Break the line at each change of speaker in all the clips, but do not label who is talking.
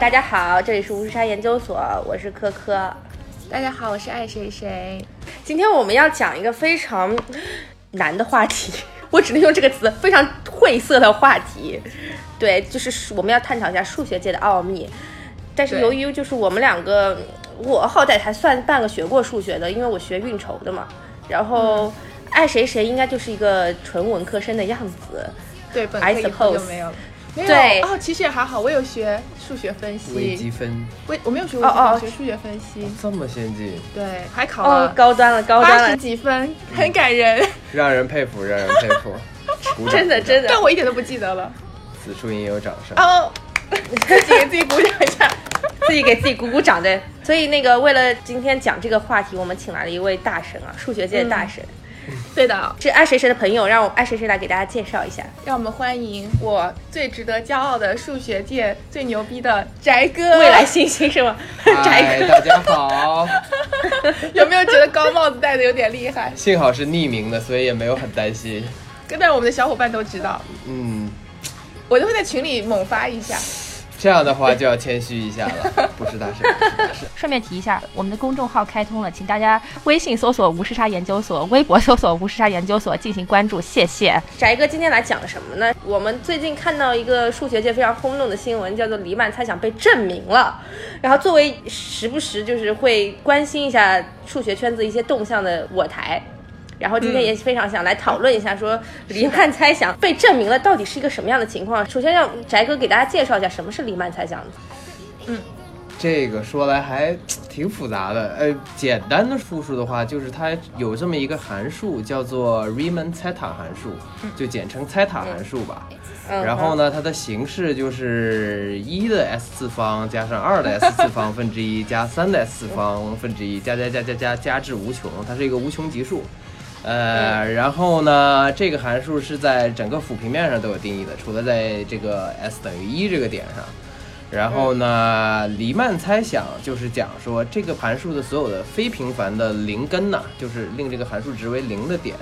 大家好，这里是无时差研究所，我是科科。
大家好，我是爱谁谁。
今天我们要讲一个非常难的话题， 我只能用这个词，非常晦涩的话题。对，就是我们要探讨一下数学界的奥秘。但是
对
由于就是我们两个，我好歹还算半个学过数学的，因为我学运筹的嘛。然后、
嗯
爱谁谁应该就是一个纯文科生的样子。
对，本
I
科以后就
suppose
没有了。没有
对
哦，其实也还好，我有学数学分
微积
析，
分
我我没有学
哦
过，
哦
我学数学分析，
这么先进，
对，还考
哦
了，
高端了，高
八
端
十
了，
几分，很感人，
让人佩服，让人佩 服。鼓掌
真的，真的。
但我一点都不记得了。
此处应有掌声。
哦， 自己给自己鼓掌一下。
自己给自己鼓鼓掌，对。所以那个为了今天讲这个话题，我们请来了一位大神啊，数学界的大神，
对的，
是爱谁谁的朋友，让我爱谁谁来给大家介绍一下。
让我们欢迎我最值得骄傲的数学界最牛逼的宅哥。
未来星星是吗？
嗨，
宅哥，
大家好，
有没有觉得高帽子戴的有点厉害？
幸好是匿名的，所以也没有很担心。
但是我们的小伙伴都知道，
嗯，
我就会在群里猛发一下。
这样的话就要谦虚一下了，不是大神，不是大神。
顺便提一下，我们的公众号开通了，请大家微信搜索“无时差研究所”，微博搜索“无时差研究所”进行关注，谢谢。
宅哥今天来讲什么呢？我们最近看到一个数学界非常轰动的新闻，叫做黎曼猜想被证明了。然后作为时不时就是会关心一下数学圈子一些动向的我台，然后今天也非常想来讨论一下，说黎曼猜想被证明了到底是一个什么样的情况。首先让宅哥给大家介绍一下什么是黎曼猜想。
这个说来还挺复杂的，呃，简单的复述的话，就是它有这么一个函数叫做 Riemann zeta 函数，就简称 zeta 函数吧。
嗯
然后呢，它的形式就是一的 s 次方加上二的 s 次方分之一加三的 s 次方分之一加加加加加加至无穷，它是一个无穷级数。呃，然后呢，这个函数是在整个辅平面上都有定义的，除了在这个 s 等于一这个点上。然后呢，黎曼猜想就是讲说这个函数的所有的非平凡的零根呐、就是令这个函数值为零的点，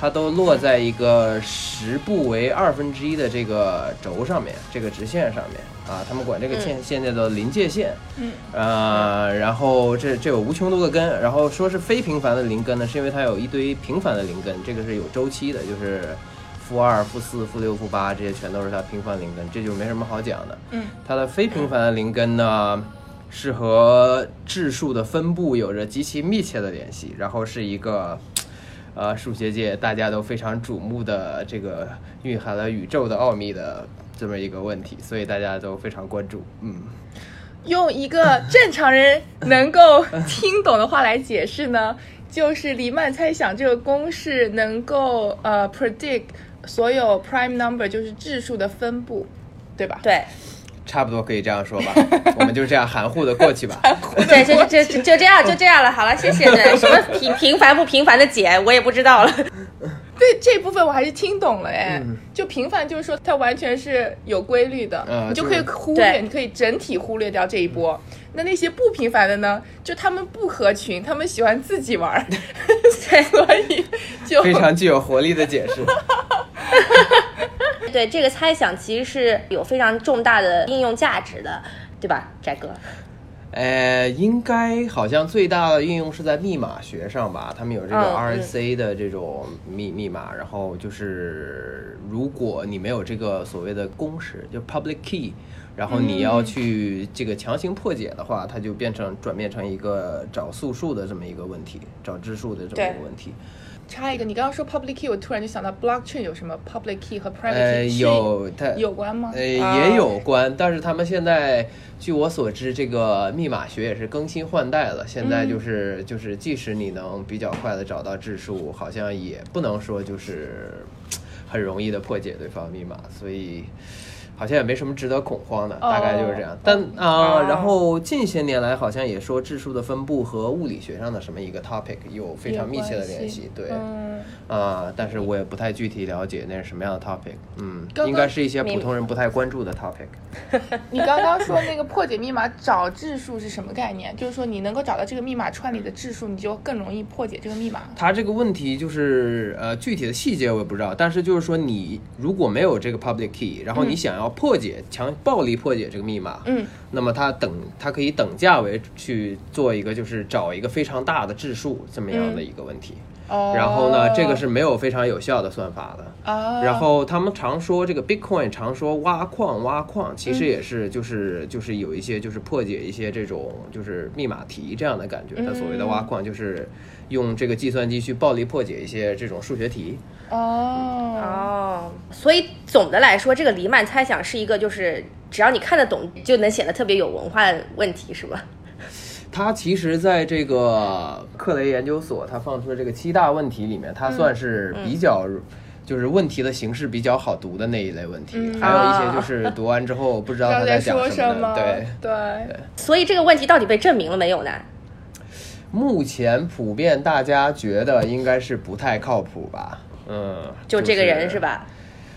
它都落在一个十步为二分之一的这个轴上面，这个直线上面啊，他们管这个线线叫做临界线。
嗯，
呃，然后这这有无穷多个根，然后说是非平凡的零根呢，是因为它有一堆平凡的零根，这个是有周期的，就是负二、负四、负六、负八，这些全都是它平凡零根，这就没什么好讲的。
嗯，
它的非平凡的零根呢，是和质数的分布有着极其密切的联系，然后是一个。呃，数学界大家都非常瞩目的这个蕴含了宇宙的奥秘的这么一个问题，所以大家都非常关注。嗯，
用一个正常人能够听懂的话来解释呢， 就是黎曼猜想这个公式能够呃 predict 所有 prime number 就是质数的分布，对吧？
对
差不多可以这样说吧，我们就这样含糊的过去吧。
对，就就就就这样，就这样了。好了，谢谢。对，什么平平凡不平凡的姐，我也不知道了。
对这部分我还是听懂了哎，
嗯
就平凡就是说它完全是有规律的，
呃
你就
就
可以
是
忽略，
对
你可以整体忽略掉这一波。那那些不平凡的呢，就他们不合群，他们喜欢自己玩 儿，所以就
非常具有活力的解释。
对这个猜想其实是有非常重大的应用价值的，对吧，翟哥？
呃，应该好像最大的运用是在密码学上吧，他们有这个
嗯
RSA 的这种密密码，然后就是如果你没有这个所谓的公式，就 public key，然后你要去这个强行破解的话，它就变成转变成一个找素数的这么一个问题，找质数的这么一
对
个问题。
插一个，你刚刚说 public key，我突然就想到 blockchain 有什么 public key 和 private
呃，
key 是
有它
有关吗？
呃，
啊
也有关，但是他们现在，据我所知，这个密码学也是更新换代了。现在就是、就是，即使你能比较快的找到质数，好像也不能说就是很容易的破解对方密码，所以好像也没什么值得恐慌的，大概就是这样。但啊、
哦
然后近些年来好像也说质数的分布和物理学上的什么一个 topic 有非常密切的联系，对。
嗯，
啊、但是我也不太具体了解那是什么样的 topic，嗯，
刚刚
应该是一些普通人不太关注的 topic。
你刚刚说那个破解密码找质数是什么概念？就是说你能够找到这个密码串里的质数，你就更容易破解这个密码。
它这个问题就是，呃，具体的细节我也不知道，但是就是说你如果没有这个 public key，然后你想要破解强暴力破解这个密码，
嗯，
那么它等它可以等价为去做一个就是找一个非常大的质数这么样的一个问题。
哦，
然后呢，这个是没有非常有效的算法的。
啊，
然后他们常说这个 Bitcoin 常说挖矿挖矿，其实也是就是就是有一些就是破解一些这种就是密码题这样的感觉。它所谓
嗯
的挖矿就是用这个计算机去暴力破解一些这种数学题。嗯
哦，
哦，所以总的来说，这个黎曼猜想是一个就是只要你看得懂，就能显得特别有文化的问题，是吧？
它其实在这个克雷研究所它放出的这个七大问题里面，它算是
嗯
比较。就是问题的形式比较好读的那一类问题，
嗯
还有一些就是读完之后不知道
刚
他
才
在讲
啊 说
什
么
的，？对，
对，
所以这个问题到底被证明了没有呢？
目前普遍大家觉得应该是不太靠谱吧？嗯，
就这个人
是
是？吧？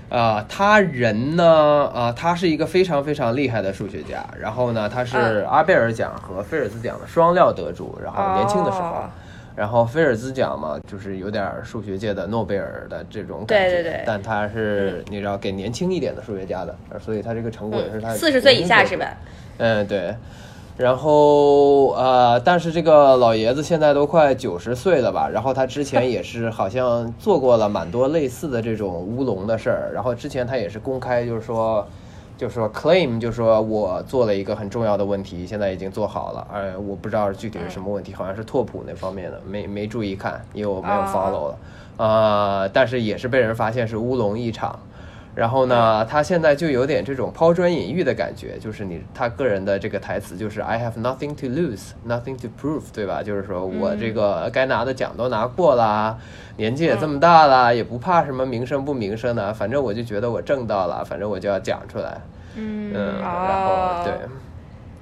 啊、他人呢？啊、他是一个非常非常厉害的数学家。然后呢，他是
嗯
阿贝尔奖和菲尔兹奖的双料得主。然后年轻的时候，
哦
然后菲尔兹奖嘛，就是有点儿数学界的诺贝尔的这种感觉。
对对嗯对
但他是你知道给年轻一点的数学家的，所以他这个成果也是他
嗯四十岁以
年
下
轻
是
时候
吧？
嗯，对。然后呃，但是这个老爷子现在都快九十岁了吧？然后他之前也是好像做过了蛮多类似的这种乌龙的事儿。然后之前他也是公开就是说，就是说 claim，就是说我做了一个很重要的问题，现在已经做好了。哎，我不知道具体是什么问题，好像是拓扑那方面的，没没注意看，因为我没有
啊
follow 了。呃，但是也是被人发现是乌龙一场。然后呢，他现在就有点这种抛砖引玉的感觉，就是你他个人的这个台词就是 "I have nothing to lose, nothing to prove"，对吧？就是说我这个该拿的奖都拿过啦，年纪也这么大啦，也不怕什么名声不名声的，反正我就觉得我挣到了，反正我就要讲出来。嗯，然
哦
后对，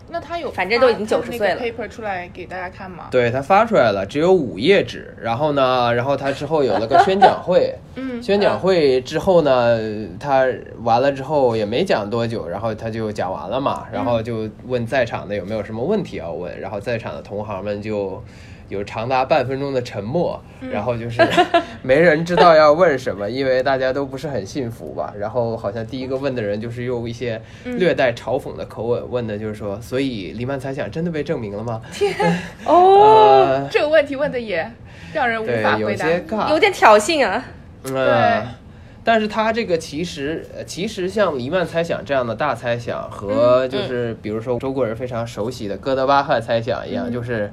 那他有发，
反正都已经
他
90岁了
那个 paper 出来给大家看吗？
对他发出来了，只有五页纸。然后呢，然后他之后有了个宣讲会，
嗯
宣讲会之后呢，他完了之后也没讲多久，然后他就讲完了嘛，然
嗯
后就问在场的有没有什么问题要问，然后在场的同行们就。有长达半分钟的沉默，
嗯
然后就是 没人知道要问什么，因为大家都不是很信服吧。然后好像第一个问的人就是用一些
嗯
略带嘲讽的口吻问的，就是说，所以黎曼猜想真的被证明了吗？
哦
呃
这个问题问的也让人无
对
法，
有
回答。
些尬，
有点挑衅啊！
呃，但是它这个其实，呃其实像黎曼猜想这样的大猜想，
嗯
和就是比如说中国人非常熟悉的哥德巴赫猜想一
嗯
样，就是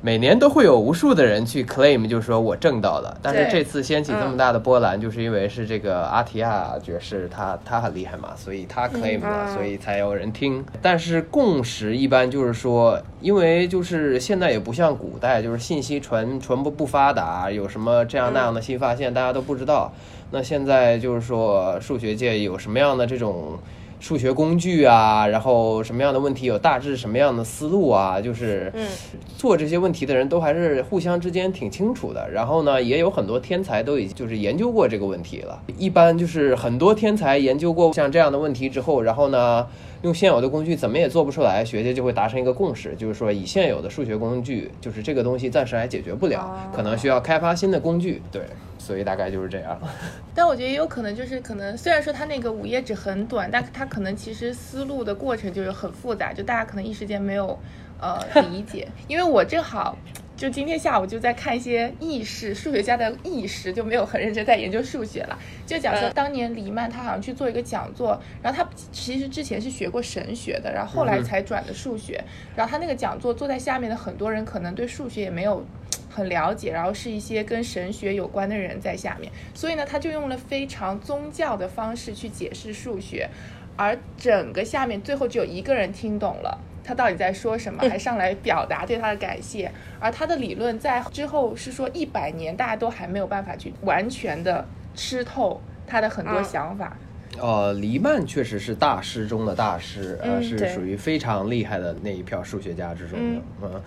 每年都会有无数的人去 claim，就是说我挣到了。但是
对
这次掀起这么大的波
嗯
澜，就是因为是这个阿提亚爵士他他很厉害嘛，所以他 claim 了，
啊
所以才有人听。但是共识一般就是说，因为就是现在也不像古代，就是信息传传播不发达，有什么这样那样的新发现，大家都不知道。那现在就是说，数学界有什么样的这种数学工具啊？然后什么样的问题有大致什么样的思路啊？就是
嗯
做这些问题的人都还是互相之间挺清楚的。然后呢，也有很多天才都已经就是研究过这个问题了。一般就是很多天才研究过像这样的问题之后，然后呢，用现有的工具怎么也做不出来，学界就会达成一个共识，就是说以现有的数学工具，就是这个东西暂时还解决不了，可能需要开发新的工具。对，所以大概就是这样。
但我觉得也有可能就是可能，虽然说他那个五页纸很短，但他可能其实思路的过程就是很复杂，就大家可能一时间没有呃理解。因为我正好就今天下午就在看一些意识数学家的意识，就没有很认真在研究数学了。就讲说
嗯
当年黎曼他好像去做一个讲座，然后他其实之前是学过神学的，然后后来
嗯哼
才转的数学。然后他那个讲座坐在下面的很多人可能对数学也没有很了解，然后是一些跟神学有关的人在下面，所以呢，他就用了非常宗教的方式去解释数学，而整个下面最后只有一个人听懂了。他到底在说什么？ 还上来表达对他的感谢，而他的理论在之后是说一百年大家都还没有办法去完全的吃透他的很多
嗯
想法。
呃，黎曼确实是大师中的大师，呃，
嗯
是
对
属于非常厉害的那一票数学家之中的，嗯。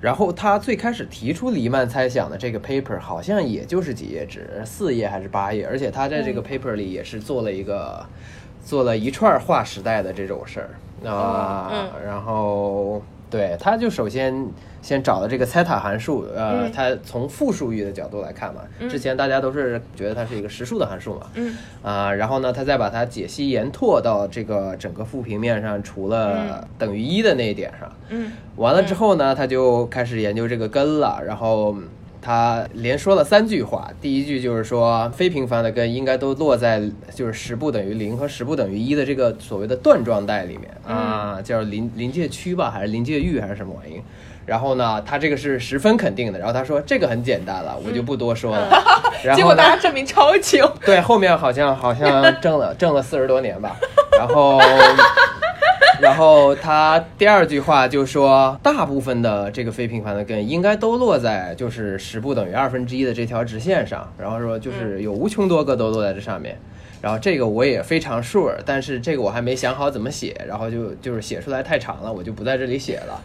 然后他最开始提出黎曼猜想的这个 paper 好像也就是几页纸，四页还是八页，而且他在这个 paper 里也是做了一个，做了一串划时代的这种事儿啊、
嗯
然后对，他就首先先找的这个塞塔函数，呃，
嗯
它从复数域的角度来看嘛，之前大家都是觉得它是一个实数的函数嘛，
嗯，
啊、然后呢，他再把它解析延拓到这个整个复平面上，除了等于一的那一点上，
嗯，
完了之后呢，他就开始研究这个根了，然后。他连说了三句话，第一句就是说非平凡的根应该都落在就是十不等于零和十不等于一的这个所谓的段状带里面
嗯
啊，叫临临界区吧，还是临界域还是什么玩意？然后呢，他这个是十分肯定的，然后他说这个很简单了，我就不多说了。 然
嗯
后
结果
呢
大家证明超久，
对，后面好像好像挣了挣了四十多年吧，然后。然后他第二句话就说，大部分的这个非平凡的根应该都落在就是十不等于二分之一的这条直线上，然后说
嗯
就是有无穷多个都落在这上面。然后这个我也非常 sure，但是这个我还没想好怎么写，然后就就是写出来太长了，我就不在这里写了。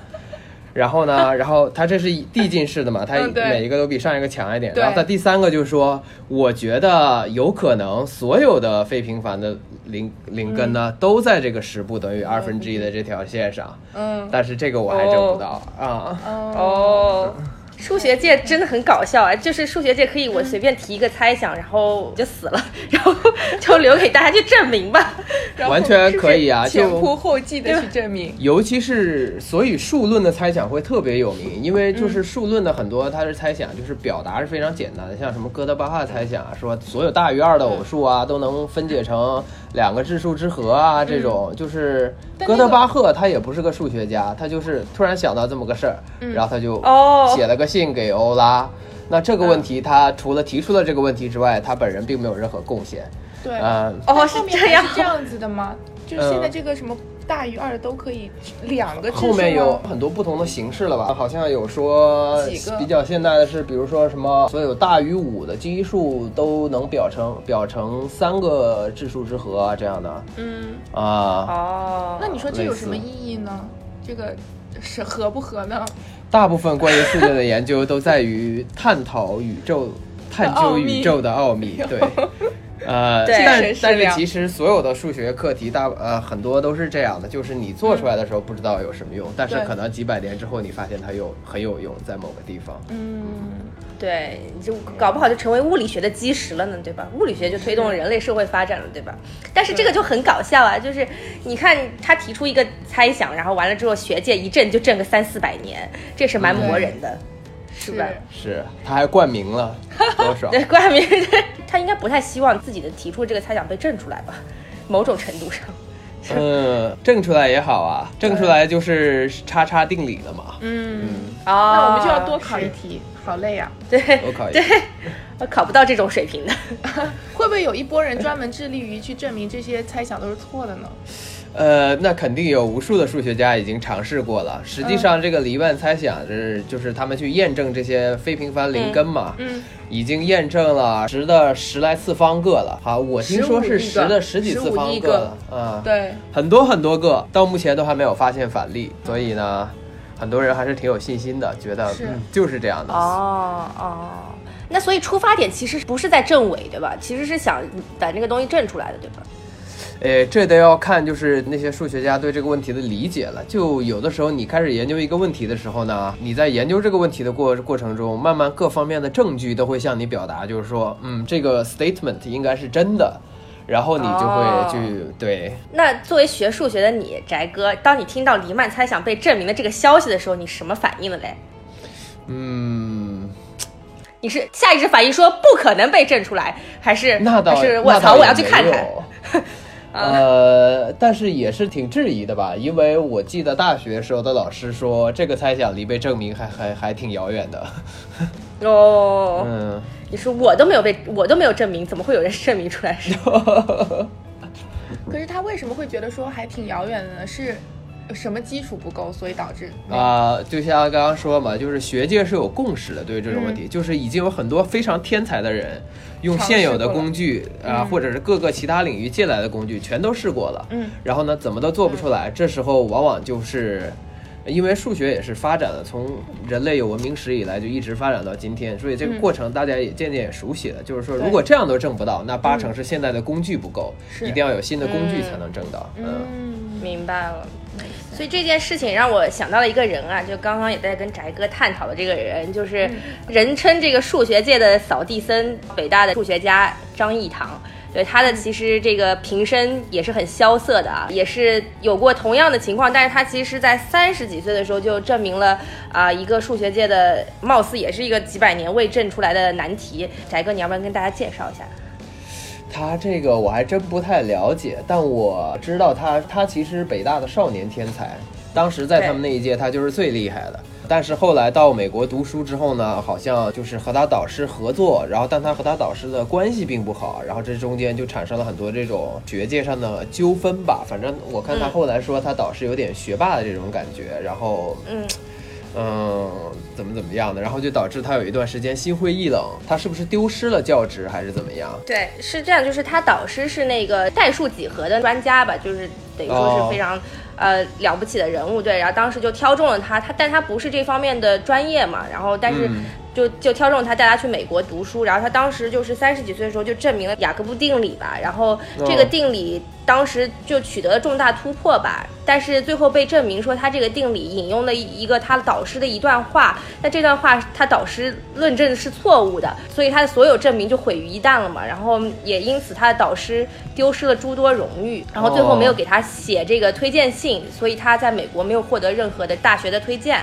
然后呢，然后他这是递进式的嘛，他
嗯对
每一个都比上一个强一点。
对
然后他第三个就是说，我觉得有可能所有的非平凡的零零根呢，都在这个十不等于二分之一的这条线上，
嗯，哦
但是这个我还整不到啊。
哦，数学界真的很搞笑啊！就是数学界可以我随便提一个猜想，然后就死了， 然后就留给大家去证明吧。
然后
完全可以啊
是不是
就
前仆后继的去证 明，
尤其是，所以数论的猜想会特别有名，因为
嗯
就是数论的很多它是猜想，就是表达是非常简单的，像什么哥德巴赫猜想啊，说所有大于二的偶数啊都能分解成两个质数之和啊，这种就是
嗯但
哥
那
德
个
巴赫他也不是个数学家，他就是突然想到这么个事儿，
嗯
然后他就
哦
写了个信给欧拉。那这个问
嗯
题他除了提出了这个问题之外，他本人并没有任何贡献。
对，
呃，
哦，
但
是
后面
这样
还。是这样子的吗？就是现在这个什么大于二都可以两个质数
后面有
吗
很多不同的形式了吧？好像有说
几个
比较现代的是，比如说什么所有大于五的基数都能表成表成三个质数之和啊这样的
嗯，
啊。
哦，
那你说这有什么
类
意
似
义呢？这个是合不合呢？
大部分关于数论的研究都在于探讨宇宙、探究宇宙的 奥秘。对，呃，
对
但
确实是
但
这
是
样
其实所有的数学课题大呃很多都是这样的，就是你做出来的时候不知道有什么用，但是
对
可能几百年之后你发现它有很有用，在某个地方。
嗯，
对，就搞不好就成为物理学的基石了呢，对吧？物理学就推动人类社会发展了，对吧？但是这个就很搞笑
嗯
啊，就是你看他提出一个猜想，然后完了之后学界一震就震个三四百年，这是蛮磨人的，是吧？
是，他还冠 名了，多爽！
对，冠名，他应该不太希望自己的提出这个猜想被震出来吧？ 某种程度上，
嗯，挣出来也好啊，挣出来就是叉叉定理了嘛。
嗯，
哦，
那我们就要多考一题，好累啊！
对
我考一
对，我考不到这种水平的。
会不会有一波人专门致力于去证明这些猜想都是错的呢？
呃，那肯定有无数的数学家已经尝试过了。实际上，这个黎曼猜想是就是他们去验证这些非平凡零根嘛，
嗯，
已经验证了十的十来次方个了。好，我听说
15亿
是十
个
的十几次
15
方
亿
个
个
了啊，
对，
很多很多个，到目前都还没有发现反例，所以呢，很多人还是挺有信心的，觉得
是
嗯就是这样的。
哦哦，那所以出发点其实不是在政委对吧？其实是想把这个东西震出来的对吧？
呃，这得要看就是那些数学家对这个问题的理解了。就有的时候你开始研究一个问题的时候呢，你在研究这个问题的过过程中，慢慢各方面的证据都会向你表达，就是说，嗯，这个 statement 应该是真的，然后你就
哦
会去、对，
那作为学数学的你，翟哥，当你听到黎曼猜想被证明的这个消息的时候，你什么反应了嘞？
嗯，
你是下意识反应说不可能被震出来，还是
那倒
还是
那
我
倒
操，
也
我要去看
没
看？
有呃，但是也是挺质疑的吧，因为我记得大学时候的老师说，这个猜想离被证明还还还挺遥远的。
哦，
嗯，
你说我都没有被我都没有证明，怎么会有人证明出来是？
可是他为什么会觉得说还挺遥远的呢？是什么基础不够，所以导致
啊、就像刚刚说嘛，就是学界是有共识的，对于这种问题，
嗯
就是已经有很多非常天才的人，用
尝
现有
试
的
过了嗯
工具啊、或者是各个其他领域借来的工具，全都试过了，
嗯，
然后呢，怎么都做不出来，这时候往往就是。因为数学也是发展的，从人类有文明史以来就一直发展到今天，所以
嗯
这个过程大家也渐渐也熟悉了。就是说，如果这样都挣不到，那八成是现在的工具不够，
嗯是
一定要有新的工具才能挣到。嗯，
嗯，
明白了。所以这件事情让我想到了一个人啊，就刚刚也在跟翟哥探讨的这个人，就是人称这个数学界的扫地僧，北大的数学家张益唐。对他的其实这个平生也是很萧瑟的啊，也是有过同样的情况，但是他其实在三十几岁的时候就证明了啊、一个数学界的貌似也是一个几百年未证出来的难题。翟哥，你要不要跟大家介绍一下？
他这个我还真不太了解，但我知道他，他其实北大的少年天才，当时在他们那一届他就是最厉害的。但是后来到美国读书之后呢，好像就是和他导师合作，然后但他和他导师的关系并不好，然后这中间就产生了很多这种学界上的纠纷吧。反正我看他
嗯
后来说他导师有点学霸的这种感觉，然后
嗯，
嗯，怎么怎么样的，然后就导致他有一段时间心灰意冷，他是不是丢失了教职还是怎么样？
对，是这样，就是他导师是那个代数几何的专家吧，就是等于说是非常、呃了不起的人物，对。然后当时就挑中了他，他但他不是这方面的专业嘛，然后但是
嗯
就、就挑中他带他去美国读书，然后他当时就是三十几岁的时候就证明了雅各布定理吧，然后这个
哦
定理当时就取得了重大突破吧，但是最后被证明说他这个定理引用了一个他导师的一段话，那这段话他导师论证是错误的，所以他的所有证明就毁于一旦了嘛。然后也因此他的导师丢失了诸多荣誉，然后最后没有给他写这个推荐信，所以他在美国没有获得任何的大学的推荐，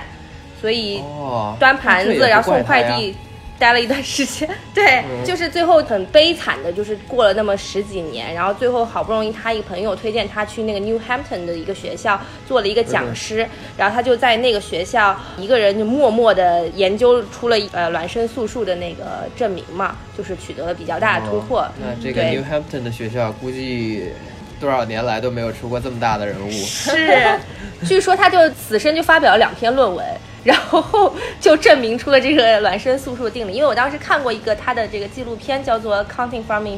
所以
哦，
端盘
这也
子
不
然后
怪
送
他
快
呀嗯
递。待了一段时间， 对，就是最后很悲惨的，就是过了那么十几年，然后最后好不容易他一个朋友推荐他去那个 New Hampton 的一个学校做了一个讲
嗯
师，然后他就在那个学校一个人就默默的研究出了呃孪生素数的那个证明嘛，就是取得了比较大的突破。
哦那这个
对
New Hampton 的学校估计多少年来都没有出过这么大的人物。
是，据说他就此生就发表了两篇论文，然后 就证明出了这个孪生素数的定理。因为我当时看过一个他的这个纪录片，叫做《Counting from Infinity》，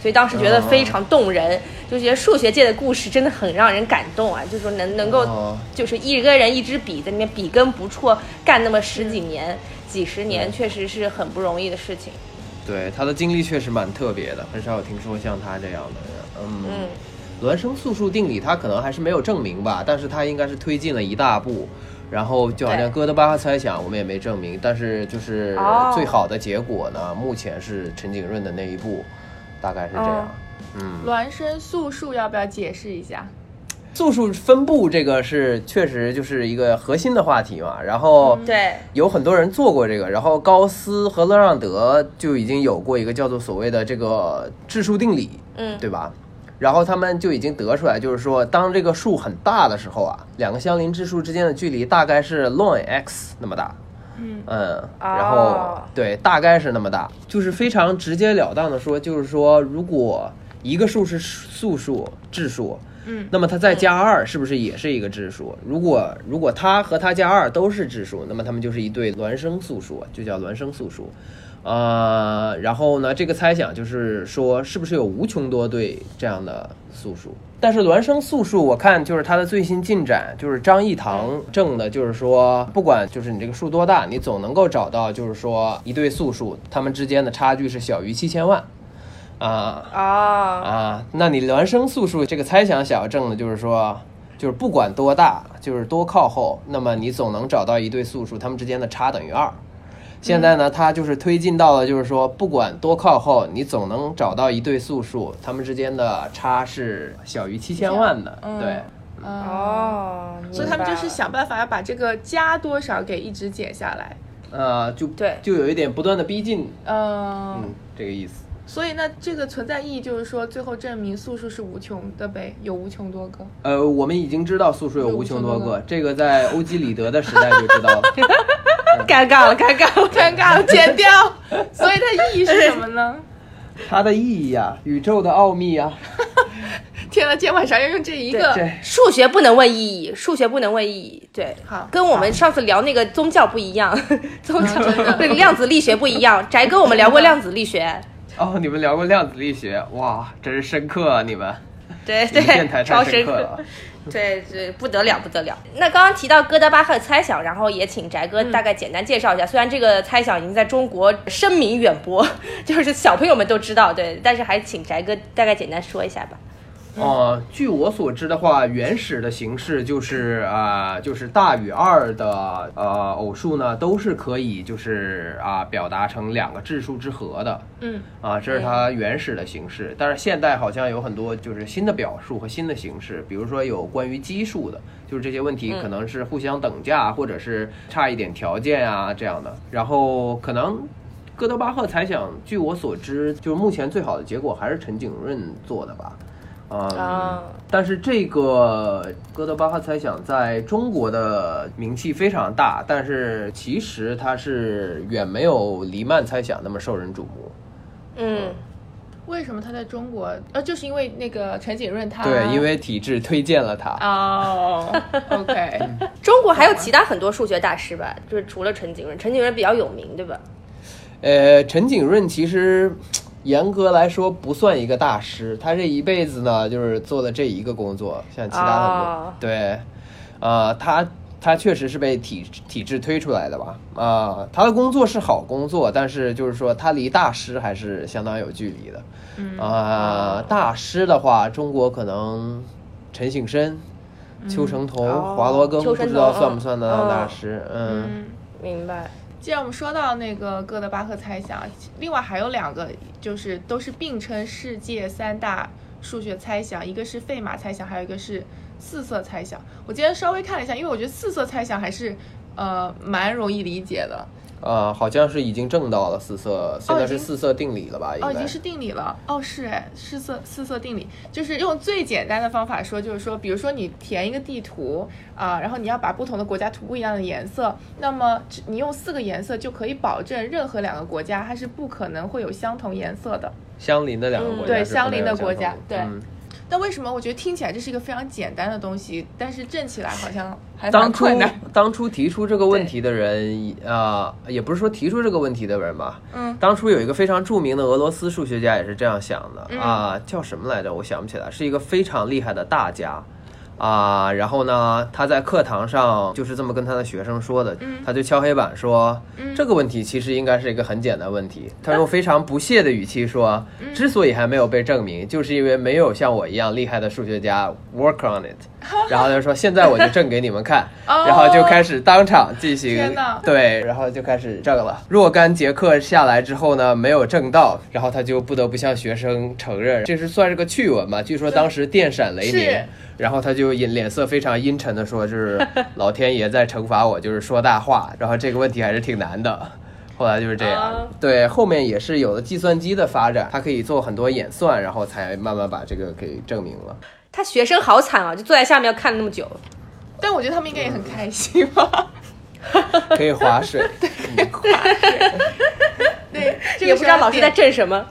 所以当时觉
嗯
得非常动人，就觉得数学界的故事真的很让人感动啊！就是说能能够
哦
就是一个人一支笔在那边笔耕不辍干那么十几年、几十
嗯
年，确实是很不容易的事情。
对，他的经历确实蛮特别的，很少有听说像他这样的人。嗯，
嗯，
孪生素数定理他可能还是没有证明吧，但是他应该是推进了一大步。然后就好像
对
哥德巴赫猜想，我们也没证明，但是就是
哦
最好的结果呢，目前是陈景润的那一步，大概是
哦
这样。嗯，
孪生素数要不要解释一下？
素数分布这个是确实就是一个核心的话题嘛，然后、
对。
有很多人做过这个，然后高斯和勒让德就已经有过一个叫做所谓的这个质数定理，
嗯
对吧？然后他们就已经得出来，就是说，当这个数很大的时候啊，两个相邻质数之间的距离大概是 ln x 那么大，
嗯
嗯，然后对，大概是那么大，就是非常直截了当的说，就是说，如果一个数是素数、质数，
嗯，
那么它再加二是不是也是一个质数？如果如果它和它加二都是质数，那么它们就是一对孪生素数，就叫孪生素数。呃，然后呢，这个猜想就是说，是不是有无穷多对这样的素数？但是孪生素数，我看就是它的最新进展，就是张益唐证的，就是说，不管就是你这个数多大，你总能够找到，就是说一对素数，它们之间的差距是小于七千万，啊、
哦，
啊，那你孪生素数这个猜想想要证的就是说，就是不管多大，就是多靠后，那么你总能找到一对素数，它们之间的差等于二。现在呢，它就是推进到了，就是说，不管多靠后，你总能找到一对素数，它们之间的差是小于七千万的。
嗯
对，
哦，
所以他们就是
明白了
想办法要把这个加多少给一直减下来。
呃，就
对
就有一点不断的逼近，
嗯，
嗯，这个意思。
所以那这个存在意义就是说，最后证明素数是无穷的呗，有无穷多个。
呃，我们已经知道素数有
有
无
无
穷
穷
多
多
个
个，
这个在欧几里得的时代就知道 了。
尴尬了，尴尬了。
尴尬了，剪掉。 所以它意义是什么呢？
它的意义啊，宇宙的奥秘啊，
天呐，今天晚上要用这一个。
这
数学不能问意义，数学不能问意义，对。
好，
跟我们上次聊那个宗教不一样， 宗教
嗯真的
对量子力学不一样。翟哥，我们聊过量子力学，
哦，你们聊过量子力学，哇，真是深刻啊！你们
对
你们电
对，
台
超
太
深
深刻了。
对对，不得了不得了。那刚刚提到哥德巴赫猜想，然后也请翟哥大概简单介绍一下。虽然这个猜想已经在中国声名远播， 就是小朋友们都知道，对，但是还请翟哥大概简单说一下吧。
哦，据我所知的话，原始的形式就是啊、就是大与二的呃偶数呢，都是可以就是啊、表达成两个质数之和的。
嗯，
啊，这是它原始的形式。但是现代好像有很多就是新的表述和新的形式，比如说有关于基数的，就是这些问题
嗯
可能是互相等价，或者是差一点条件啊这样的。然后可能哥德巴赫猜想，据我所知，就是目前最好的结果还是陈景润做的吧。嗯
啊，
但是这个哥德巴赫猜想在中国的名气非常大，但是其实它是远没有黎曼猜想那么受人瞩目。
嗯，
为什么他在中国？呃，就是因为那个陈景
啊
润他
对，因为体制推荐了他。
哦，OK，
嗯
中国还有其他很多数学大师吧，就是除了陈景润，陈景润比较有名，对吧？
呃，陈景润其实严格来说不算一个大师，他这一辈子呢就是做了这一个工作，像其他的工
哦
对，呃，他他确实是被体体制推出来的吧？啊、他的工作是好工作，但是就是说他离大师还是相当有距离的。
嗯
啊、大师的话，中国可能陈省身、邱成桐、
哦
华罗庚，
邱
不
成
知道
桐
算不算得
嗯
上大师？嗯
嗯。
明白。
既然我们说到那个哥德巴赫猜想，另外还有两个，就是都是并称世界三大数学猜想，一个是费马猜想，还有一个是四色猜想。我今天稍微看了一下，因为我觉得四色猜想还是呃蛮容易理解的。
啊，好像是已经证到了四色，现在
哦已
是
经
四色定理了吧？应
哦，已
该
经是定理了。哦，是哎，四色四色定理，就是用最简单的方法说，就是说，比如说你填一个地图啊、然后你要把不同的国家涂不一样的颜色，那么只你用四个颜色就可以保证任何两个国家它是不可能会有相同颜色的。
相邻的两个
嗯
国家
对
是不能有同的，
相邻的国家对
嗯
但为什么我觉得听起来这是一个非常简单的东西，但是证起来好像还蛮
当初
困难。
当初提出这个问题的人，啊、也不是说提出这个问题的人吧，
嗯，
当初有一个非常著名的俄罗斯数学家也是这样想的
嗯
啊、叫什么来着？我想不起来，是一个非常厉害的大家。啊，然后呢，他在课堂上就是这么跟他的学生说的，
嗯
他就敲黑板说，
嗯
这个问题其实应该是一个很简单问题。他 用非常不屑的语气说，
嗯
之所以还没有被证明，就是因为没有像我一样厉害的数学家 work on it。然后他就说，现在我就证给你们看，
哦
然后就开始当场进行
天哪
对，然后就开始证了。若干节课下来之后呢，没有证到，然后他就不得不向学生承认，这是算是个趣闻吧？据说当时电闪雷鸣
是，
然后他就脸脸色非常阴沉的说，就是 老天爷在惩罚我，就是说大话。然后这个问题还是挺难的。后来就是这样
啊
对，后面也是有了计算机的发展，它可以做很多演算，然后才慢慢把这个给证明了。
他学生好惨啊，就坐在下面要看那么久。
但我觉得他们应该也很开心 吧。
可以 划水，嗯
对，这个
也不知道
时候
老师在
点
震什么。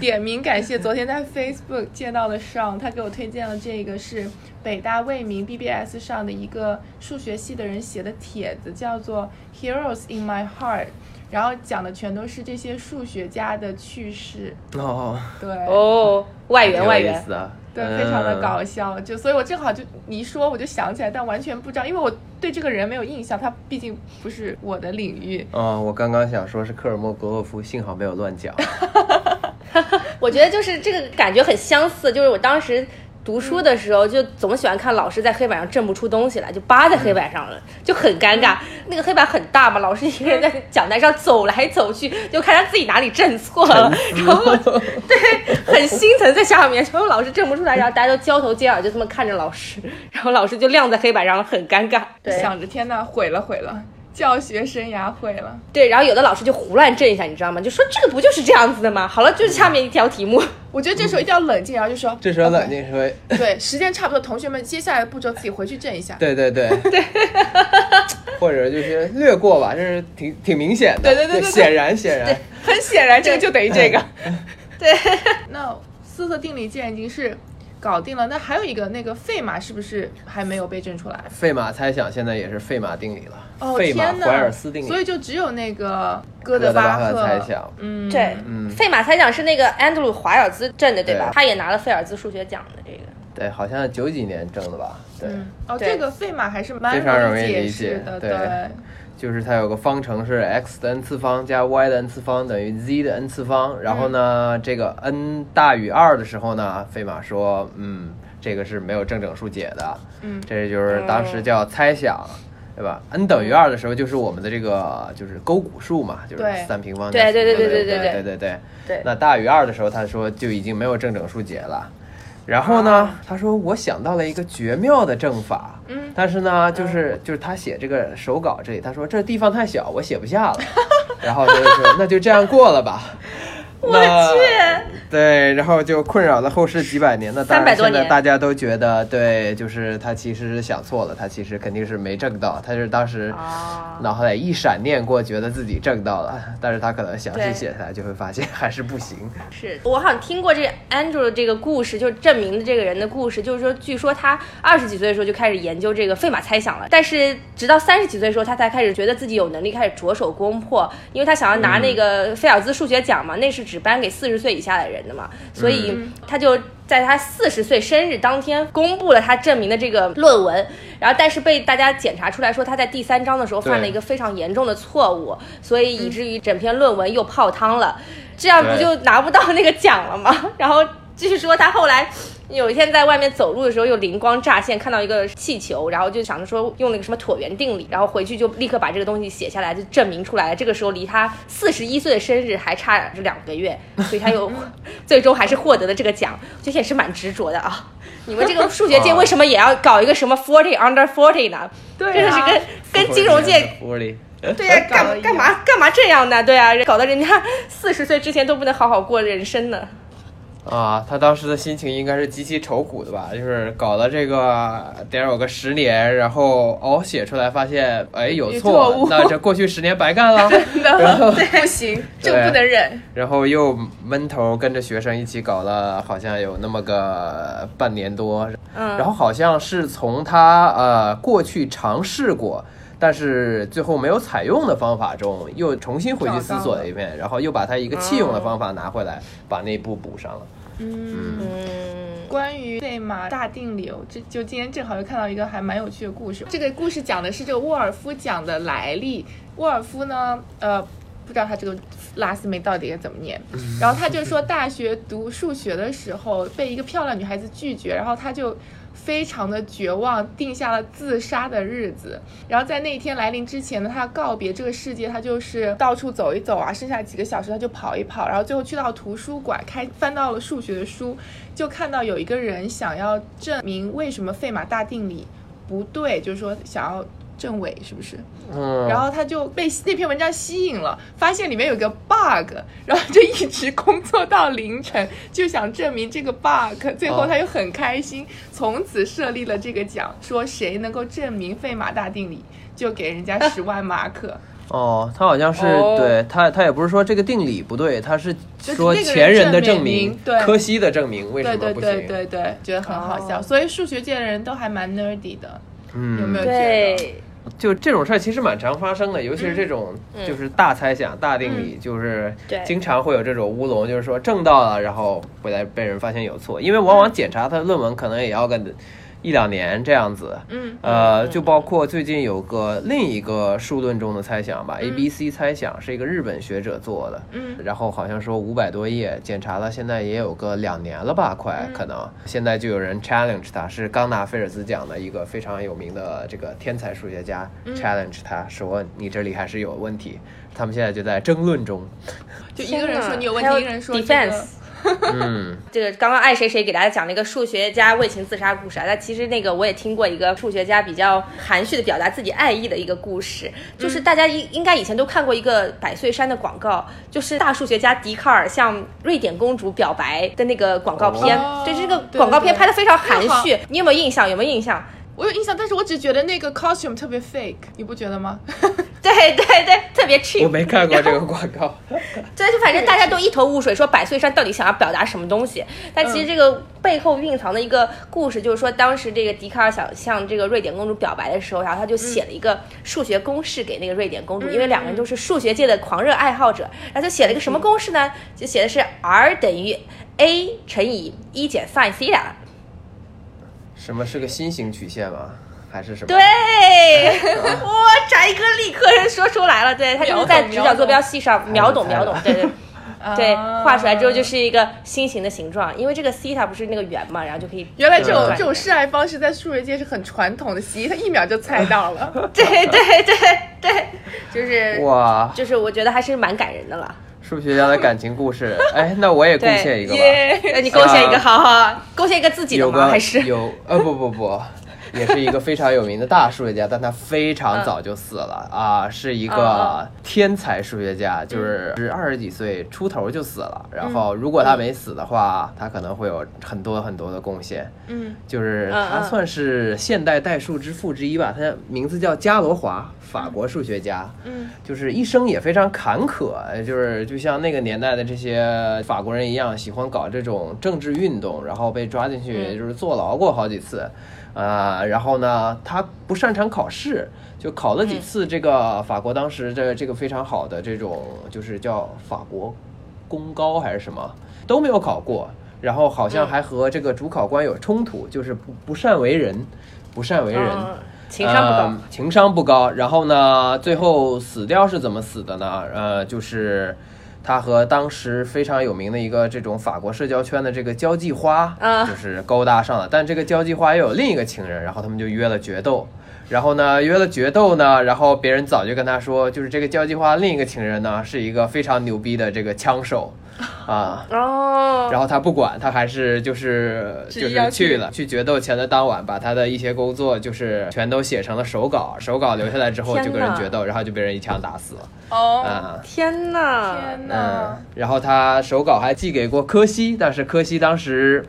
点名感谢昨天在 Facebook 见到的上，他给我推荐了这个是北大未名 BBS 上的一个数学系的人写的帖子，叫做《Heroes in My Heart》，然后讲的全都是这些数学家的趣事，
哦，
对，
哦，外援外
挺有意
援，
思啊，
对，非常的
嗯
搞笑。就所以，我正好就你一说，我就想起来，但完全不知道，因为我对这个人没有印象，他毕竟不是我的领域。
哦，我刚刚想说是科尔莫格洛夫，幸好没有乱讲。
我觉得就是这个感觉很相似，就是我当时。读书的时候就总喜欢看老师在黑板上震不出东西来，就扒在黑板上了，
嗯
就很尴尬。那个黑板很大嘛，老师一个人在讲台上走来走去，就看他自己哪里震错了，然后 对，很心疼在下面，然后老师震不出来，然后大家都交头接耳，就这么看着老师，然后老师就晾在黑板上了，很尴尬。
想着天呐，毁了毁了，教学生涯毁了。
对，然后有的老师就胡乱震一下，你知道吗？就说这个不就是这样子的吗？好了，就是下面一条题目。
嗯
我觉得这时候一定要冷静，然后就说
这时候冷
"OK
静 说，
对，时间差不多，同学们接下来的步骤自己回去震一下。
对对对对，或者就是略过吧，这是挺挺明显的，
对对对对对
显然显然。
很显然，这个就等于这个。对，那四色定理既然已经是搞定了，那还有一个那个费马是不是还没有被证出来？
费马猜想现在也是费马定理了，
哦
费马
天呐！
怀尔斯定
所
理。
以就只有那个哥
哥
德
德
巴
巴
赫
猜想，
嗯，
对，
嗯
费马猜奖是那个安德鲁·华尔兹挣的，对吧？
对
他也拿了菲尔兹数学奖的这个。
对，好像九几年挣的吧？对，
嗯，哦，
对
这个费马还是蛮
非常容易
解
理解
释的，
对就是它有个方程是 x 的 n 次方加 y 的 n 次方等于 z 的 n 次方，然后呢，
嗯
这个 n 大于二的时候呢，费马说，嗯，这个是没有正整数解的，
嗯
这就是当时叫猜想。对吧？n 等于二的时候，就是我们的这个就是勾股数嘛，就是
对
三平方
对
加四
对
平
对
方
对对
对
对
对对对。
对，
那大于二的时候，他说就已经没有正整数解了。然后呢，他说我想到了一个绝妙的正法，
嗯，
但是呢，就是就是他写这个手稿这里，他说这地方太小，我写不下了。然后他就说那就这样过了吧。我去，对，然后就困扰了后世几百年。那当
300
然，
多
现在
年
大家都觉得，对，就是他其实是想错了，他其实肯定是没挣到，他就是当时
啊，
脑海里一闪念过，觉得自己挣到了，但是他可能详细
对
写下来就会发现还是不行。
是我好像听过这个 Andrew 的这个故事，就是证明的这个人的故事，就是说，据说他二十几岁的时候就开始研究这个费马猜想了，但是直到三十几岁的时候，他才开始觉得自己有能力开始着手攻破，因为他想要拿那个菲尔兹数学奖嘛，那是只颁给四十岁以下的人的嘛，所以他就。在他四十岁生日当天，公布了他证明的这个论文，然后但是被大家检查出来说他在第三章的时候犯了
对
一个非常严重的错误，所以以至于整篇论文又泡汤了。这样不
对
就拿不到那个奖了吗？ 然后据说他后来有一天在外面走路的时候，又灵光乍现，看到一个气球，然后就想着说用了个什么椭圆定理，然后回去就立刻把这个东西写下来，就证明出来了。这个时候离他四十一岁的生日还差这两个月，所以他 又最终还是获得了这个奖，我觉得也是蛮执着的啊。你们这个数学界
啊
为什么也要搞一个什么 forty under forty 呢？
对
真的是
啊
跟跟金融界
玻璃，
对呀、
搞
干
得一样
干嘛干嘛这样呢？对啊，搞得人家四十岁之前都不能好好过人生呢。
啊，他当时的心情应该是极其愁苦的吧？就是搞了这个得有个十年，然后哦写出来发现哎有
有
错，
错误
那这过去十年 白干了。
真的不行，这个不能忍。
然后又闷头跟着学生一起搞了，好像有那么个半年多。
嗯
然后好像是从他呃过去尝试过，但是最后没有采用的方法中，又重新回去思索了一遍，然后又把他一个弃用的方法拿回来，把那一步补上了。
嗯，
嗯，
关于费马大定理，我这就今天正好又看到一个还蛮有趣的故事。这个故事讲的是这个沃尔夫奖的来历。沃尔夫呢，呃，不知道他这个拉斯梅到底该怎么念。然后他就说，大学读数学的时候被一个漂亮女孩子拒绝，然后他就非常的绝望，定下了自杀的日子。然后在那一天来临之前呢，他告别这个世界，他就是到处走一走啊，剩下几个小时他就跑一跑，然后最后去到图书馆，开翻到了数学的书，就看到有一个人想要证明为什么费马大定理不对，就是说想要证伪，是不是？
嗯，
然后他就被那篇文章吸引了，发现里面有个 bug，然后就一直工作到凌晨，就想证明这个 bug。最后
哦
他又很开心，从此设立了这个奖，说谁能够证明费马大定理，就给 人家十万马克。
哦，他好像是、
哦
对他，他也不是说这个定理不对，他是
就是
说
那个人
前人的
证
证
明
明，
对
柯西的证明为什
对对
么不行？
对对对，觉得很好笑。
哦
所以数学界的人都还蛮 nerdy 的，
嗯，
有没有
对，
就这种事儿其实蛮常发生的，尤其是这种
嗯
就是大猜想、大定理，就是
对
经常会有这种乌龙，就是说挣到了，然后回来被人发现有错，因为往往检查他的论文可能也要个一两年这样子。
嗯
呃，
嗯
就包括最近有个另一个数论中的猜想吧，A B C 猜想是一个日本学者做的，
嗯
然后好像说五百多页，检查了，现在也有个两年了吧，快
嗯
可能现在就有人 challenge 他，是刚拿菲尔兹奖的一个非常有名的这个天才数学家
嗯
challenge 他说你这里还是有问题，他们现在就在争论中，
就一个人说你有问
还
题，一个人说这个
defense。
嗯，
这个刚刚爱谁谁给大家讲了一个数学家为情自杀故事啊，但其实那个我也听过一个数学家比较含蓄的表达自己爱意的一个故事，就是大家
嗯
应应该以前都看过一个百岁山的广告，就是大数学家笛卡尔向瑞典公主表白的那个广告片，
哦
对这个
对
广告
对
片
对
拍的非常含
那好
蓄，你有没有印象？有没有印象？
我有印象，但是我只觉得那个 costume 特别 fake，你不觉得吗？
对对对，特别 cheap。
我没看过这个广告，
对，就反正大家都一头雾水，说百岁山到底想要表达什么东西？但
嗯
其实这个背后蕴藏的一个故事，就是说当时这个笛卡尔想向这个瑞典公主表白的时候，然后他就写了
嗯
一个数学公式给那个瑞典公主，因为两个人都是数学界的狂热爱好者，然后就写了一个
嗯
什么公式呢？就写的是 r 等于 a 乘以一减 sin theta。
什么是个新型曲线吗？还是什么？
对，哇，翟哥立刻说出来了，对他就是在直角坐标系上
秒
秒
懂
懂
秒
秒
懂
懂，对对对，
啊
画出来之后就是一个心形的形状，因为这个西塔不是那个圆嘛，然后就可以
原来这种
对
这种示爱方式在数学界是很传统的，习他一秒就猜到了。
对对对对，就是
哇，
就是我觉得还是蛮感人的了。
数学家的感情故 事，哎，那我也贡献一个吧。
耶！你贡献一个，好好，贡献一个自己的
有
吗？
个
还是
有呃不不不，也是一个非常有名的大数学家，但他非常早就死了啊，是一个
哦
天才数学家，就是是二十几岁出头就死了。然后如果他没死的话，他可能会有很多很多的贡献。
嗯，
就是
嗯
他
嗯
算是现代代数之父之一吧，他名字叫伽罗华，法国数学家。
嗯，
就是一生也非常坎坷，就是就像那个年代的这些法国人一样，喜欢搞这种政治运动，然后被抓进
嗯
去就是坐牢过好几次。啊，然后呢，他不擅长考试，就考了几次这个法国当时这这个非常好的这种，就是叫法国功高还是什么，都没有考过。然后好像还和这个主考官有冲突，就是不不善为人，不善为人。
嗯情商不高
呃，情商不高。然后呢，最后死掉是怎么死的呢？呃，就是他和当时非常有名的一个这种法国社交圈的这个交际花，
啊
就是勾搭上了。但这个交际花又有另一个情人，然后他们就约了决斗。然后呢，约了决斗呢，然后别人早就跟他说，就是这个交际花另一个情人呢是一个非常牛逼的这个枪手，啊，
哦，
然后他不管，他还是就是
执
就
意
是
要
去
去
了。去决斗前的当晚，把他的一些工作就是全都写成了手稿，手稿留下来之后
天
就跟人
哪
决斗，然后就被人一枪打死了。
哦，
啊、
天哪！
天
嗯
哪！，
然后他手稿还寄给过柯西，但是柯西当时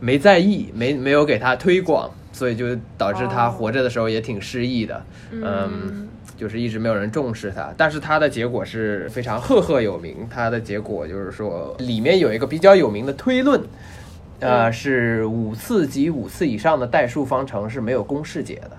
没在意，没没有给他推广，所以就导致
哦
他活着的时候也挺失意的。嗯，就是一直没有人重视他，但是他的结果是非常赫赫有名。他的结果就是说，里面有一个比较有名的推论。呃，
嗯
是五次及五次以上的代数方程是没有公式解的，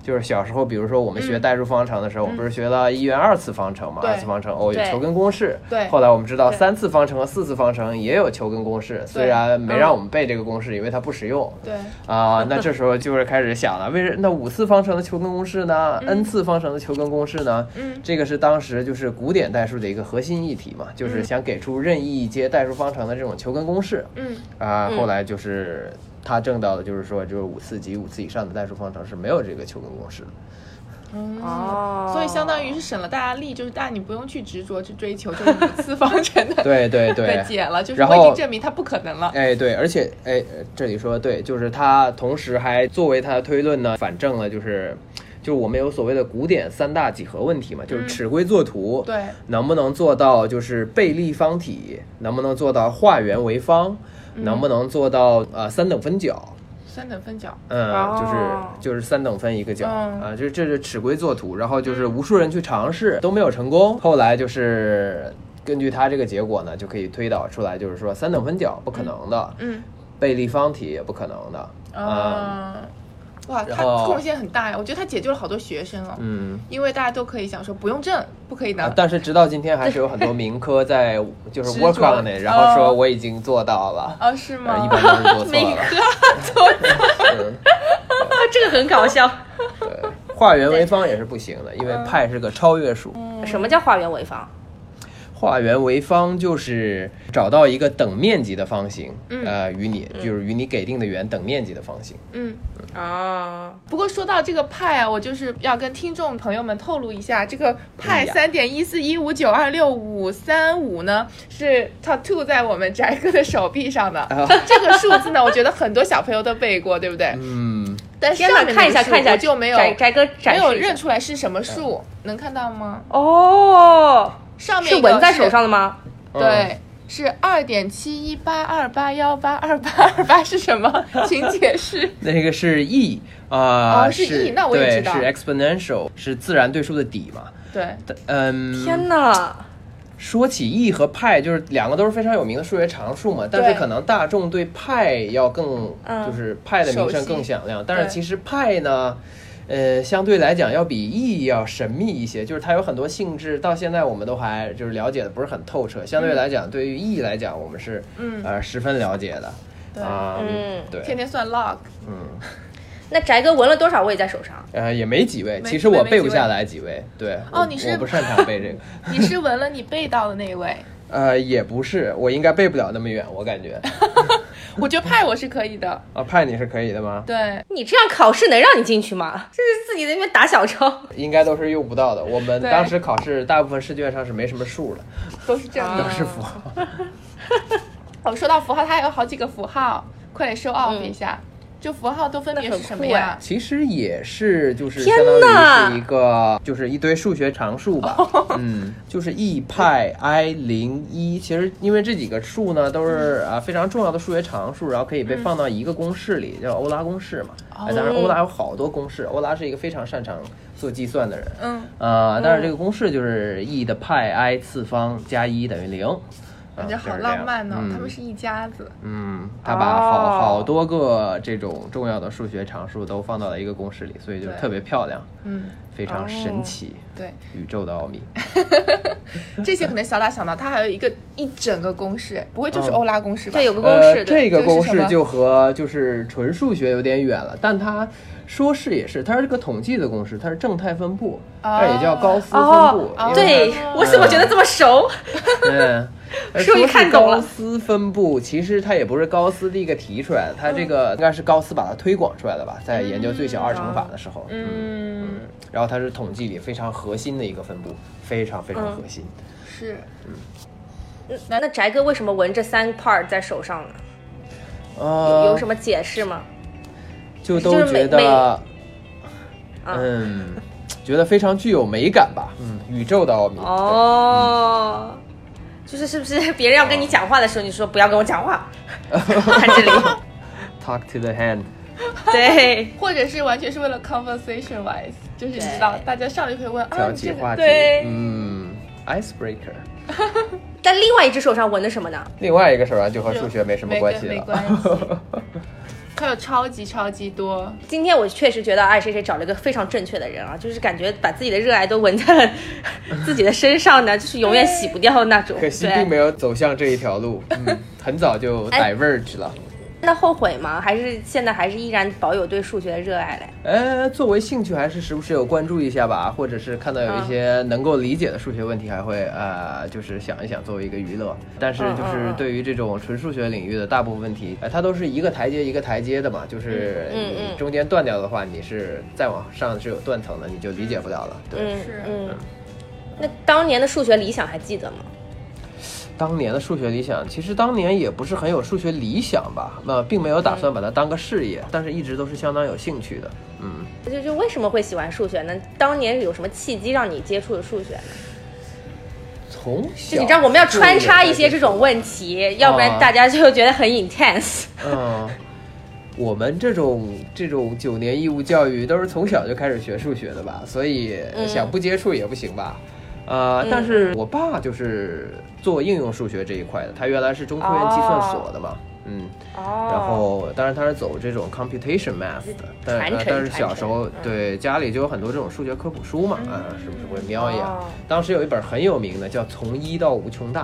就是小时候，比如说我们学代数方程的时候，我们不是学了一元二次方程嘛，
嗯对
二次方程哦有
对
求根公式，
对
后来我们知道
对
三次方程和四次方程也有求根公式，虽然
嗯
没让我们背这个公式，因为它不实用。
对，
啊、那这时候就是开始想了，为什那五次方程的求根公式呢、n 次方程的求根公式呢？
嗯，
这个是当时就是古典代数的一个核心议题嘛，就是想给出任意一阶代数方程的这种求根公式。
嗯
啊、
嗯
后来就是他证到的，就是说，就是五次及五次以上的代数方程是没有这个求根公式的。
哦，
所以相当于是省了大家力，就是大家你不用去执着去追求这种五次方程的
对对 对，
的解了，就是
然
我已
后
经证明它不可能了。
哎，对，而且哎，呃这里说的对，就是他同时还作为他的推论呢，反证了就是，就是我们有所谓的古典三大几何问题嘛，
嗯
就是尺规作图，
对，
能不能做到就是倍立方体，能不能做到化圆为方，
嗯
能不能做到呃三等分角。
三等分角。
嗯，就是
哦
就是三等分一个角
嗯
啊，就是这是尺规作图，然后就是无数人去尝试都没有成功，后来就是根据他这个结果呢，就可以推导出来，就是说三等分角不可能的，
嗯，
贝立方体也不可能的。啊，
啊，哇，
然
他
后
贡献很大呀，我觉得他解救了好多学生哦，
嗯，
因为大家都可以想说不用证，不可以拿
啊但是直到今天还是有很多民科在就是
执着
work on it，然后说
哦
我已经做到了，
哦，是
呃
吗？
一般都是 做错 了。
这个很搞笑。
对，化圆为方也是不行的，因
嗯
为派是个超越数。
什么叫化圆为方？
化圆为方就是找到一个等面积的方形，呃，与你就是与你给定的圆等面积的 方形。
嗯，
哦，
不过说到这个派啊，我就是要跟听众朋友们透露一下，这个
哎
派
呀
三点一四一五九二六五三五呢，是 tattoo 在我们宅哥的手臂上的。
啊
这个数字呢，我觉得很多小朋友都背过，对不对？
嗯，
但
天
上
哪，
面
看一下
那个数
看一下，
我就没有
翟翟哥展
没有
示一下
认。出来是什么
嗯
数，能看到吗？
哦，
上面
是
一个
纹在手上的吗？
嗯
对，是二点七一八二八幺八二八二八是什么？ 请解释。
那个是 e 啊、
哦是 e，那我也
对
知道
是 exponential，是自然对数的底嘛。
对，
但嗯，
天哪！
说起 e 和派，就是两个都是非常有名的数学常数嘛，但是
对
可能大众对派要更，
嗯
就是派的名声
熟悉
更响亮。但是
对
其实派呢，呃，相对来讲要比 e 要神秘一些，就是它有很多性质，到现在我们都还就是了解的不是很透彻。相对来讲，对于 e 来讲，我们是
嗯
呃十分了解的。
对
啊，
嗯
对，
天天算 log，
嗯，
那翟哥纹了多少位在手上？
呃，也没几位，
没
其实我
没
背不
几位
下来几位，对，
哦
我
你是
我不擅长背这个，
你是纹了你背到的那一位。
呃，也不是，我应该背不了那么远，我感觉，
我觉得派我是可以的，
啊，派你是可以的吗？
对
你这样考试能让你进去吗？这是自己在那边打小抄。
应该都是用不到的，我们
对
当时考试大部分试卷上是没什么数的，
都是
啊
正
都
面。
是符号。
哦，说到符号，它还有好几个符号，快点 show off 一下。
嗯
就符号都分别
那很
是什么
酷
呀？
其实也是，就是
天
相
哪哦
当于是一个，就是一堆数学常数吧。 嗯，就是 e 派 i 零一。其实因为这几个数呢，都
嗯
是啊非常重要的数学常数，然后可以被放到一个公式里，叫欧拉公式嘛。哎，当然
哦
欧拉有好多公式，欧拉是一个非常擅长做计算的人。
哎
嗯，
啊，但是这个公式就是 e 的派 i 次方加一等于零。
感
嗯
啊
觉好浪漫哦
就。是这样
他
嗯
们是一家子，
嗯，他把好、
哦
好多个这种重要的数学常数都放到了一个公式里，所以就
对
特别漂亮，
嗯，
非常神奇，
对，
宇宙的奥秘。
这些可能小打小闹，它还有一个一整个公式，不会就是
嗯
欧拉公式吧？
哦对，有个公
呃，
式，
这
这个
个
是
公
什
式
么
就和就是纯数学有点远了，但它说是也是，它是个统计的公式，它是正态分布，它也叫高斯分
哦
布。
哦
因为
对
哦
我怎么觉得这么熟？
嗯，
终于
说是
看懂了
高斯分布其实它也不是高斯第一个提出来的，它这
嗯
个应该是高斯把它推广出来的吧，在研究最小二乘法的时候。
嗯，
然后它是统计里非常核心的一个分布，非常非常核心。
是
那那翟哥为什么纹这三块在手上呢？有有
呃
什，么解释吗？
就
就
都
是
觉
美啊美
得，嗯，觉得非常具有美感吧。嗯，宇宙的奥秘。
哦，就是是不是别人要跟你讲话的时候，你说不要跟我讲话， 看这里，
Talk to the hand。
对。
或者是完全是为了 conversation wise，就是你知道，大家上来就可以问啊，
挑
你
起
这
话
个
题。
对
嗯，icebreaker。
但另外一只手上纹的什么呢？
另外一个手腕就和数学没什么
没
关系
没
了。
关系，还有超级超级多，
今天我确实觉得爱谁谁找了一个非常正确的人啊，就是感觉把自己的热爱都纹在自己的身上呢， 就是永远洗不掉那种。
可惜
对
并没有走向这一 条路，嗯，很早就
哎
diverge 了。
那后悔吗？还是现在还是依然保有对数学的热爱嘞？
呃，作为兴趣，还是时不时有关注一下吧，或者是看到有一些
嗯
能够理解的数学问题，还会呃，就是想一想作为一个娱乐。但是就
嗯嗯
是
嗯
对于这种纯数学领域的大部分问题，呃，它都是一个台阶一个台阶的嘛，就是
嗯嗯
你
嗯
中间断掉的话，你是再往上是有断层的，你就理解不了了。对，
嗯
是
嗯。那当年的数学理想还记得吗？
当年的数学理想，其实当年也不是很有数学理想吧，那并没有打算把它当个事业，但是一直都是相当有兴趣的。嗯，
就就为什么会喜欢数学呢？当年有什么契机让你接触的数学呢？
从小
就你知道我们要穿插一些这
种。
种问题，要不
啊
然大家就觉得很 intense。
嗯，我们这种这种九年义务教育都是从小就开始学数学的吧，所以
嗯
想不接触也不行吧。呃，但是我爸就是做应用数学这一块的，他原来是中科院计算所的嘛，嗯，
哦
然后当然他是走这种 computation math 的，但
传
呃
承
但是
传
小
承
时候
嗯
对家里就有很多这种数学科普书嘛，啊，是不是会瞄一眼
哦？
当时有一本很有名的叫《从一到无穷大》，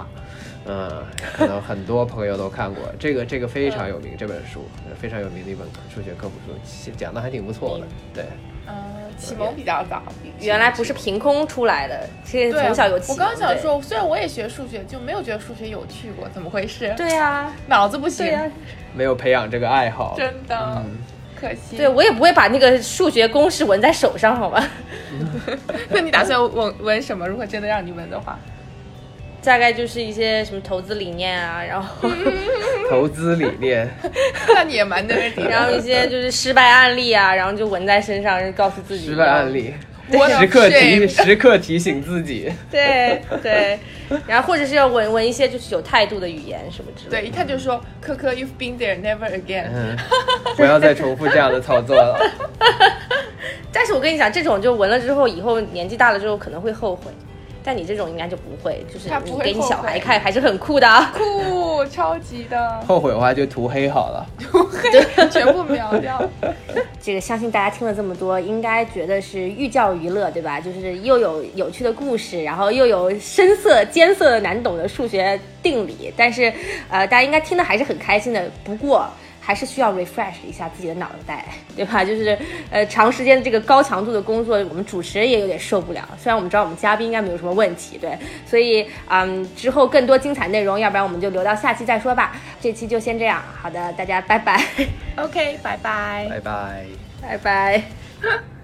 嗯，可能很多朋友都看过， 这个这个非常有名，这本书呃非常有名的一本数学科普书，其讲的还挺不错的，对。
嗯，启蒙比较早，
嗯原来不是凭空出来的，是
对，
从小有启
我
蒙。
刚想
对，
说，虽然我也学数学，就没有觉得数学有趣过，怎么回事？
对呀，
脑子不行，
对呀，
没有培养这个爱好，
真的、
嗯
可惜。
对，我也不会把那个数学公式纹在手上，好吧？
那你打算纹纹什么？如果真的让你纹的话，
大概就是一些什么投资理念啊，然 后
投资理念，
那你也蛮能 理
然后一些就是失败案例啊，然后就纹在身上，告诉自己
失败 案。例，
What a
时刻提
shame
时刻提醒自己，
对对，然后或者是要纹纹一些就是有态度的语言什么之类
对，一看就说科科，you've been there never again。
嗯，不要再重复这样的操作了。
的。但是我跟你讲，这种就纹了之后，以后年纪大了之后可能会后悔，但你这种应该就不会，就是
他不
你
会
给你
后
小孩
悔
看还是很酷的
嗯
啊。
酷，超级的，
后悔的话就涂黑好了。
全部秒掉。
这个相信大家听了这么多，应该觉得是寓教于乐，对吧？就是又有有趣的故事，然后又有深涩艰涩的难懂的数学定理，但是呃，大家应该听的还是很开心的。不过。还是需要 refresh 一下自己的脑袋，对吧？ 就是，呃，长时间的这个高强度的工作，我们主持人也有点受不了。虽然我们知道我们嘉宾应该没有什么问题，对，所以，嗯，之后更多精彩内容，要不然我们就留到下期再说吧。这期就先这样，好的，大家拜拜，
OK，拜拜。
拜拜。
拜拜。